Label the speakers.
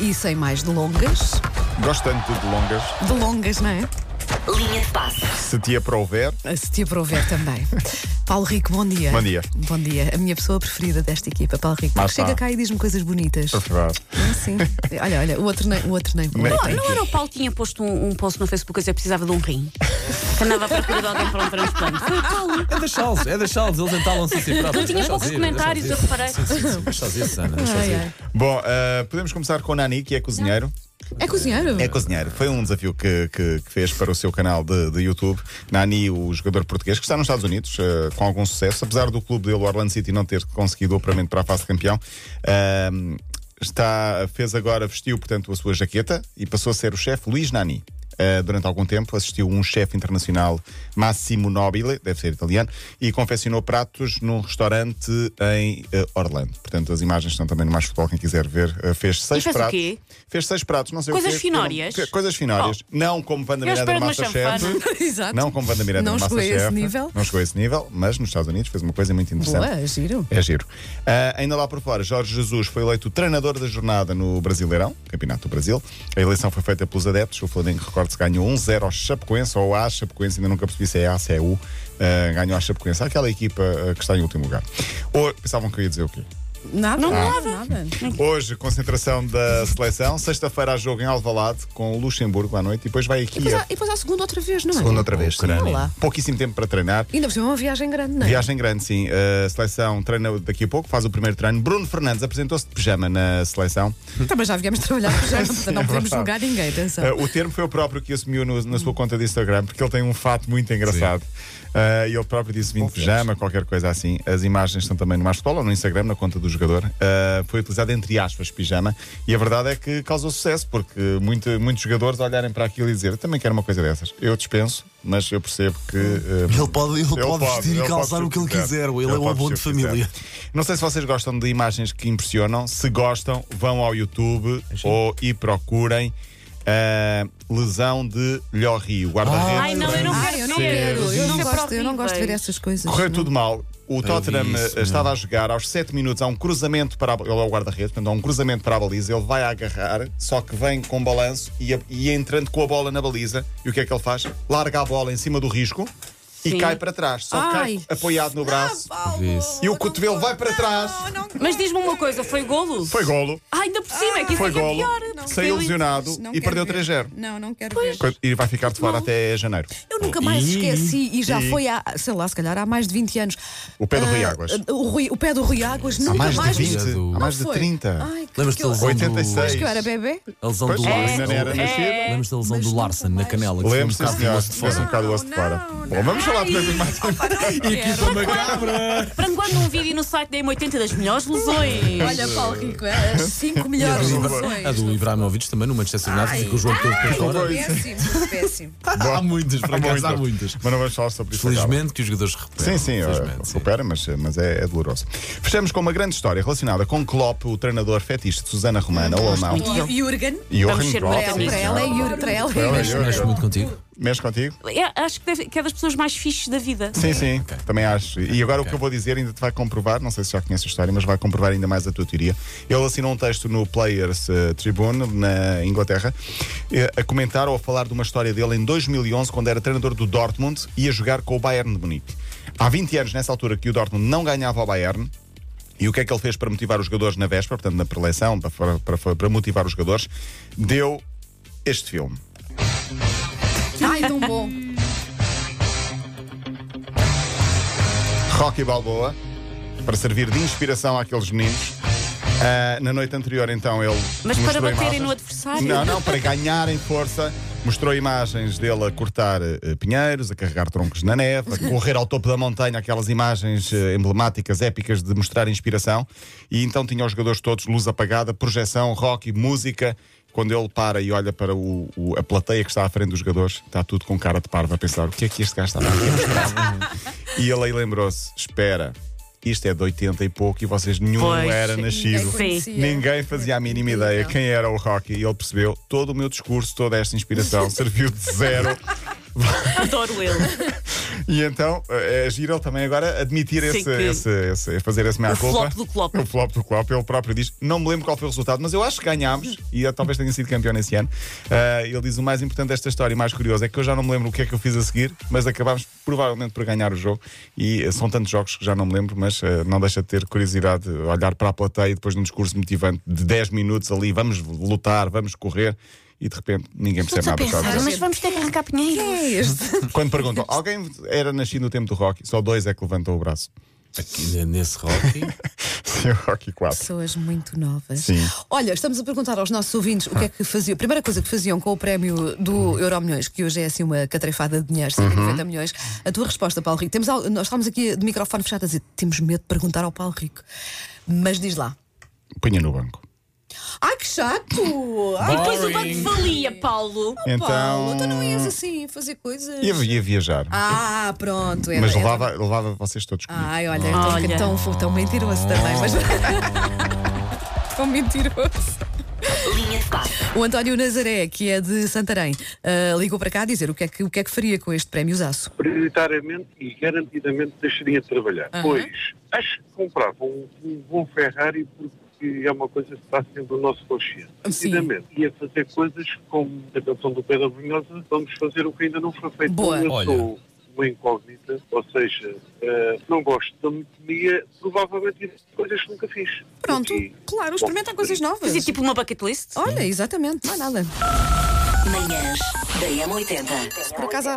Speaker 1: E sem mais delongas.
Speaker 2: Gosto tanto de longas,
Speaker 1: Delongas, não é?
Speaker 3: Linha de passe.
Speaker 2: se te aprouver.
Speaker 1: Se te aprover também. Paulo Rico, bom dia.
Speaker 2: Bom dia.
Speaker 1: Bom dia. A minha pessoa preferida desta equipa, Paulo Rico.
Speaker 2: Lá
Speaker 1: Porque chega
Speaker 2: está.
Speaker 1: cá e diz-me coisas bonitas. Ah, Sim. Olha, olha, o outro nem. O outro nem.
Speaker 2: Não,
Speaker 1: Olha,
Speaker 3: Não era o Paulo que tinha posto um, um post no Facebook a dizer que precisava de um rim? Que andava à procura de alguém para um transplante. Foi o Paulo.
Speaker 4: É deixá-los, é deixá-los, eles entalam-se assim.
Speaker 3: Tu tinhas poucos comentários, eu reparei.
Speaker 4: é Deixa-os ir, Sana, deixa-os
Speaker 1: ai,
Speaker 4: ir.
Speaker 1: ai.
Speaker 2: Bom, ah, podemos começar com o Nani, que é cozinheiro.
Speaker 1: É cozinheiro?
Speaker 3: Hum.
Speaker 2: É cozinheiro. Foi um desafio que, que- que fez para o seu canal de, de YouTube. Nani, o jogador português, que está nos Estados Unidos, ah, com algum sucesso, apesar do clube dele, o Orlando City, não ter conseguido o apuramento para a fase de campeão. ah, está, fez agora, vestiu, portanto, a sua jaqueta e passou a ser o chefe Luís Nani. Ah, durante algum tempo assistiu um chefe internacional, Massimo Nobile, deve ser italiano, e confeccionou pratos num restaurante em ah, Orlando. Portanto, as imagens estão também no Mais Futebol, quem quiser ver. Ah, fez seis
Speaker 3: fez o
Speaker 2: pratos.
Speaker 3: quê?
Speaker 2: Fez seis pratos, não sei
Speaker 3: Coisas
Speaker 2: o quê. foram-
Speaker 3: finórias? Oh.
Speaker 2: que- Coisas finórias. Não como Wanda
Speaker 3: Eu
Speaker 2: Miranda no
Speaker 3: espero de uma
Speaker 2: Masterchef.
Speaker 1: Exato.
Speaker 2: Não como Wanda Miranda
Speaker 1: Não
Speaker 2: no
Speaker 1: chegou a esse
Speaker 2: Masterchef.
Speaker 1: nível.
Speaker 2: Não chegou a esse nível, mas nos Estados Unidos fez uma coisa muito interessante.
Speaker 1: Boa, giro.
Speaker 2: É giro. Ah, ainda lá por fora, Jorge Jesus foi eleito treinador da jornada no Brasileirão, Campeonato do Brasil. A eleição foi feita pelos adeptos. O Flamengo, recorde-se, ganhou 1-0 ao Chapecoense, ou à Chapecoense, ainda nunca percebi se é A, se é U. Ah, ganhou à Chapecoense, aquela equipa ah, que está em último lugar. Ou, pensavam que eu ia dizer o quê?
Speaker 1: Nada.
Speaker 3: Não
Speaker 1: Ah.
Speaker 3: nada.
Speaker 1: nada.
Speaker 2: Hoje, concentração da seleção. Sexta-feira, há jogo em Alvalade com o Luxemburgo à noite. E depois vai aqui.
Speaker 1: E depois, há, e depois há segunda outra vez, não é?
Speaker 2: Segunda outra vez. sim.
Speaker 1: Olha lá.
Speaker 2: Pouquíssimo tempo para treinar.
Speaker 1: Ainda por cima é uma viagem grande, não é?
Speaker 2: Viagem grande, sim. A seleção treina daqui a pouco, faz o primeiro treino. Bruno Fernandes apresentou-se de pijama na seleção.
Speaker 1: Também já viemos trabalhar com já, portanto não podemos
Speaker 2: É verdade.
Speaker 1: julgar ninguém, atenção. Hum.
Speaker 2: Uh, o termo foi o próprio que assumiu no- na sua conta de Instagram, porque ele tem um fato muito engraçado. Uh, e ele próprio disse vim de pijama, qualquer coisa assim. As imagens estão também no Mascola, no Instagram, na conta do jogador. Uh, foi utilizado entre aspas pijama. E a verdade é que causou sucesso, porque muito- muitos jogadores olharem para aquilo e dizer eu também quero uma coisa dessas. Eu dispenso, mas eu percebo que. uh,
Speaker 5: Ele pode, ele
Speaker 2: ele
Speaker 5: pode vestir
Speaker 2: ele
Speaker 5: e calçar
Speaker 2: pode
Speaker 5: o que ele quiser. Ele, é um
Speaker 2: pode
Speaker 5: bom de
Speaker 2: se ele
Speaker 5: família.
Speaker 2: quiser. Não sei se vocês gostam de imagens que impressionam. Se gostam, vão ao YouTube ou e procurem ah, lesão de Llorri, o guarda-redes.
Speaker 3: Ai, não, eu não
Speaker 1: Ah,
Speaker 3: quero
Speaker 1: eu não
Speaker 3: ver.
Speaker 1: quero, eu não,
Speaker 3: Isso é
Speaker 1: gosto, eu não gosto de ver
Speaker 3: horrível.
Speaker 1: essas coisas.
Speaker 2: Correu tudo mal. O Tottenham
Speaker 4: vi
Speaker 2: eh,
Speaker 4: isso,
Speaker 2: estava a jogar aos 7 minutos, há um cruzamento para a, ele é o guarda-redes, portanto há um cruzamento para a baliza, ele vai agarrar, só que vem com um balanço e, a- e entrando com a bola na baliza, e o que é que ele faz? Larga a bola em cima do risco e
Speaker 3: Sim.
Speaker 2: cai para trás, só que
Speaker 1: Ai.
Speaker 2: cai apoiado
Speaker 5: Ah,
Speaker 2: no braço
Speaker 4: Vi isso.
Speaker 2: e o cotovelo vai para trás.
Speaker 3: Mas diz-me uma coisa, foi golo?
Speaker 2: Foi golo,
Speaker 3: Ah, ainda por cima, é que isso
Speaker 2: foi
Speaker 3: é que é
Speaker 2: golo,
Speaker 3: pior.
Speaker 2: saiu lesionado
Speaker 6: Não
Speaker 2: e
Speaker 6: quero
Speaker 2: perdeu
Speaker 6: ver.
Speaker 2: 3-0.
Speaker 6: Não, não quero ver.
Speaker 2: Quando- E vai ficar de fora até janeiro.
Speaker 1: Eu nunca mais
Speaker 4: Ih,
Speaker 1: esqueci e já foi há, sei lá, se calhar há mais de 20 anos.
Speaker 2: O pé do
Speaker 1: Ah,
Speaker 2: Rui Águas.
Speaker 1: o, Rui- o pé do Rui Águas nunca
Speaker 2: mais
Speaker 1: mais.
Speaker 2: de 20, há mais de
Speaker 1: Não foi.
Speaker 2: 30.
Speaker 1: Ai, que,
Speaker 4: Lembras-te
Speaker 1: que
Speaker 4: da
Speaker 1: eu,
Speaker 4: lesão do...
Speaker 2: 86.
Speaker 1: que eu era bebê?
Speaker 4: A lesão
Speaker 2: Pois,
Speaker 4: do
Speaker 2: ainda
Speaker 4: Larsen.
Speaker 2: não era
Speaker 3: nascido.
Speaker 4: Lembras-te da lesão do Larsen na canela? que foi É. um
Speaker 2: Lembro-se,
Speaker 4: bocado
Speaker 2: senhor,
Speaker 4: osso
Speaker 2: se
Speaker 4: de
Speaker 2: fosse um
Speaker 4: fora.
Speaker 2: bocado osso de fora. Bom, vamos falar de coisas mais.
Speaker 3: Franguando um vídeo no site da M80 das melhores lesões.
Speaker 1: Olha, Paulo Rico, as 5 melhores
Speaker 4: A
Speaker 1: emoções.
Speaker 4: do Ibrahimovic também, no Manchester United, ficou o jogo todo para fora.
Speaker 6: Péssimo, péssimo.
Speaker 4: Há muitas, por acaso, há muitas.
Speaker 2: Mas não vamos falar sobre isso. agora.
Speaker 4: Felizmente que os jogadores recuperam.
Speaker 2: Tá Sim, sim, eu-
Speaker 4: Felizmente, sim.
Speaker 2: recupera, mas, mas é, é doloroso. Fechamos com uma grande história relacionada com Klopp, o treinador fetiche de Susana Romana, ou alemão.
Speaker 1: E Jürgen,
Speaker 2: E
Speaker 3: Vamos
Speaker 2: Johan
Speaker 3: ser
Speaker 2: Klopp.
Speaker 3: muito amigos.
Speaker 1: para ela é Jürgen, para ela é
Speaker 2: Ela
Speaker 1: Jürgen.
Speaker 2: é Jürgen.
Speaker 4: Mexe muito contigo.
Speaker 2: Mexe contigo?
Speaker 3: É, acho que, deve- que é das pessoas mais fixes da vida.
Speaker 2: Sim, sim,
Speaker 4: Ok.
Speaker 2: também acho. E agora o
Speaker 4: Ok.
Speaker 2: que eu vou dizer ainda te vai comprovar, não sei se já conheces a história, mas vai comprovar ainda mais a tua teoria. Ele assinou um texto no Players eh, Tribune, na Inglaterra, eh, a comentar ou a falar de uma história dele em 2011, quando era treinador do Dortmund e a jogar com o Bayern de Munique. Há 20 anos, nessa altura, que o Dortmund não ganhava ao Bayern, e o que é que ele fez para motivar os jogadores na véspera, portanto, na preleção, para, para, para motivar os jogadores? Deu este filme.
Speaker 6: Ai, tão bom.
Speaker 2: Rocky Balboa para servir de inspiração àqueles meninos. Ah, na noite anterior, então, ele.
Speaker 3: Mas para
Speaker 2: mostrou
Speaker 3: baterem
Speaker 2: imagens-
Speaker 3: no adversário?
Speaker 2: Não, não, para ganharem força. Mostrou imagens dele a cortar eh, pinheiros, a carregar troncos na neve, a correr ao topo da montanha, aquelas imagens eh, emblemáticas, épicas de mostrar inspiração. E então tinha os jogadores todos, luz apagada, projeção, rock e música. Quando ele para e olha para o- o- a plateia que está à frente dos jogadores, está tudo com cara de parvo a pensar: o que é que este gajo está a fazer? E ele aí lembrou-se: espera, isto é de 80 e pouco e vocês nenhum
Speaker 3: Pois,
Speaker 2: era
Speaker 3: sim.
Speaker 2: nascido.
Speaker 3: Sim.
Speaker 2: Ninguém fazia a mínima ideia quem era o Rocky e ele percebeu todo o meu discurso, toda esta inspiração serviu de zero
Speaker 3: Adoro ele.
Speaker 2: E então eh, é giro ele também agora admitir
Speaker 3: Sim,
Speaker 2: esse,
Speaker 3: que-
Speaker 2: esse, esse- é fazer esse mea
Speaker 3: O
Speaker 2: culpa.
Speaker 3: flop do Klopp.
Speaker 2: O flop do Klopp, ele próprio diz: Não me lembro qual foi o resultado, mas eu acho que ganhámos e eh, talvez tenha sido campeão nesse ano. Ah, ele diz: O mais importante desta história e mais curioso é que eu já não me lembro o que é que eu fiz a seguir, mas acabámos provavelmente por ganhar o jogo. E eh, são tantos jogos que já não me lembro, mas eh, não deixa de ter curiosidade de olhar para a plateia e depois num discurso motivante de 10 minutos ali: Vamos lutar, vamos correr. E de repente ninguém percebe
Speaker 3: Estou a
Speaker 2: nada do que está a
Speaker 3: pensar,
Speaker 2: dizer.
Speaker 3: mas vamos ter que arrancar pinheiros.
Speaker 6: Quem é este?
Speaker 2: Quando perguntam, alguém era nascido no tempo do Rocky? Só dois é que levantou o braço.
Speaker 4: Aqui, nesse Rocky.
Speaker 2: Sim, o Rocky 4.
Speaker 1: Pessoas muito novas.
Speaker 2: Sim. Ah.
Speaker 1: Olha, estamos a perguntar aos nossos ouvintes o que é que faziam. A primeira coisa que faziam com o prémio
Speaker 2: Uhum.
Speaker 1: do Euro Milhões, que hoje é assim uma catrefada de dinheiro, 190 milhões. A tua resposta, Paulo Rico. Temos, al- nós estamos aqui de microfone fechado a dizer: temos medo de perguntar ao Paulo Rico. Mas diz lá.
Speaker 2: Punha no banco.
Speaker 1: Ai, que chato! Ai,
Speaker 3: E depois o banco
Speaker 4: Boring.
Speaker 3: valia, Paulo.
Speaker 1: Paulo,
Speaker 2: então.
Speaker 1: tu não ias assim fazer coisas.
Speaker 2: Ia, ia viajar.
Speaker 1: Ah, pronto. era-
Speaker 2: mas
Speaker 1: era-
Speaker 2: levava, levava vocês todos comigo.
Speaker 1: Ai, olha, então
Speaker 3: Olha.
Speaker 1: fica tão, fofo, tão mentiroso também. Mas...
Speaker 6: Tão mentiroso.
Speaker 5: Linha de passe.
Speaker 1: O António Nazaré, que é de Santarém, ah, ligou para cá a dizer o que é que, o que, é que faria com este prémio Zaço.
Speaker 7: prioritariamente e garantidamente deixaria de trabalhar. Pois, acho que comprava um, um bom Ferrari porque é uma coisa que está sendo o nosso consciente.
Speaker 1: Sim.
Speaker 7: Precisamente. Ia fazer coisas como a canção do Pedro Brunhosa, vamos fazer o que ainda não foi feito.
Speaker 1: Boa.
Speaker 7: Eu
Speaker 4: Olha.
Speaker 7: sou uma incógnita, ou seja, eh, não gosto da monotonia, provavelmente ia fazer coisas que nunca fiz.
Speaker 1: Pronto,
Speaker 7: E-
Speaker 1: claro, experimentar
Speaker 7: Bom,
Speaker 1: coisas novas.
Speaker 3: Fazia tipo uma bucket list.
Speaker 1: Olha, exatamente, não há nada.
Speaker 5: Manhãs da M80.
Speaker 1: Por acaso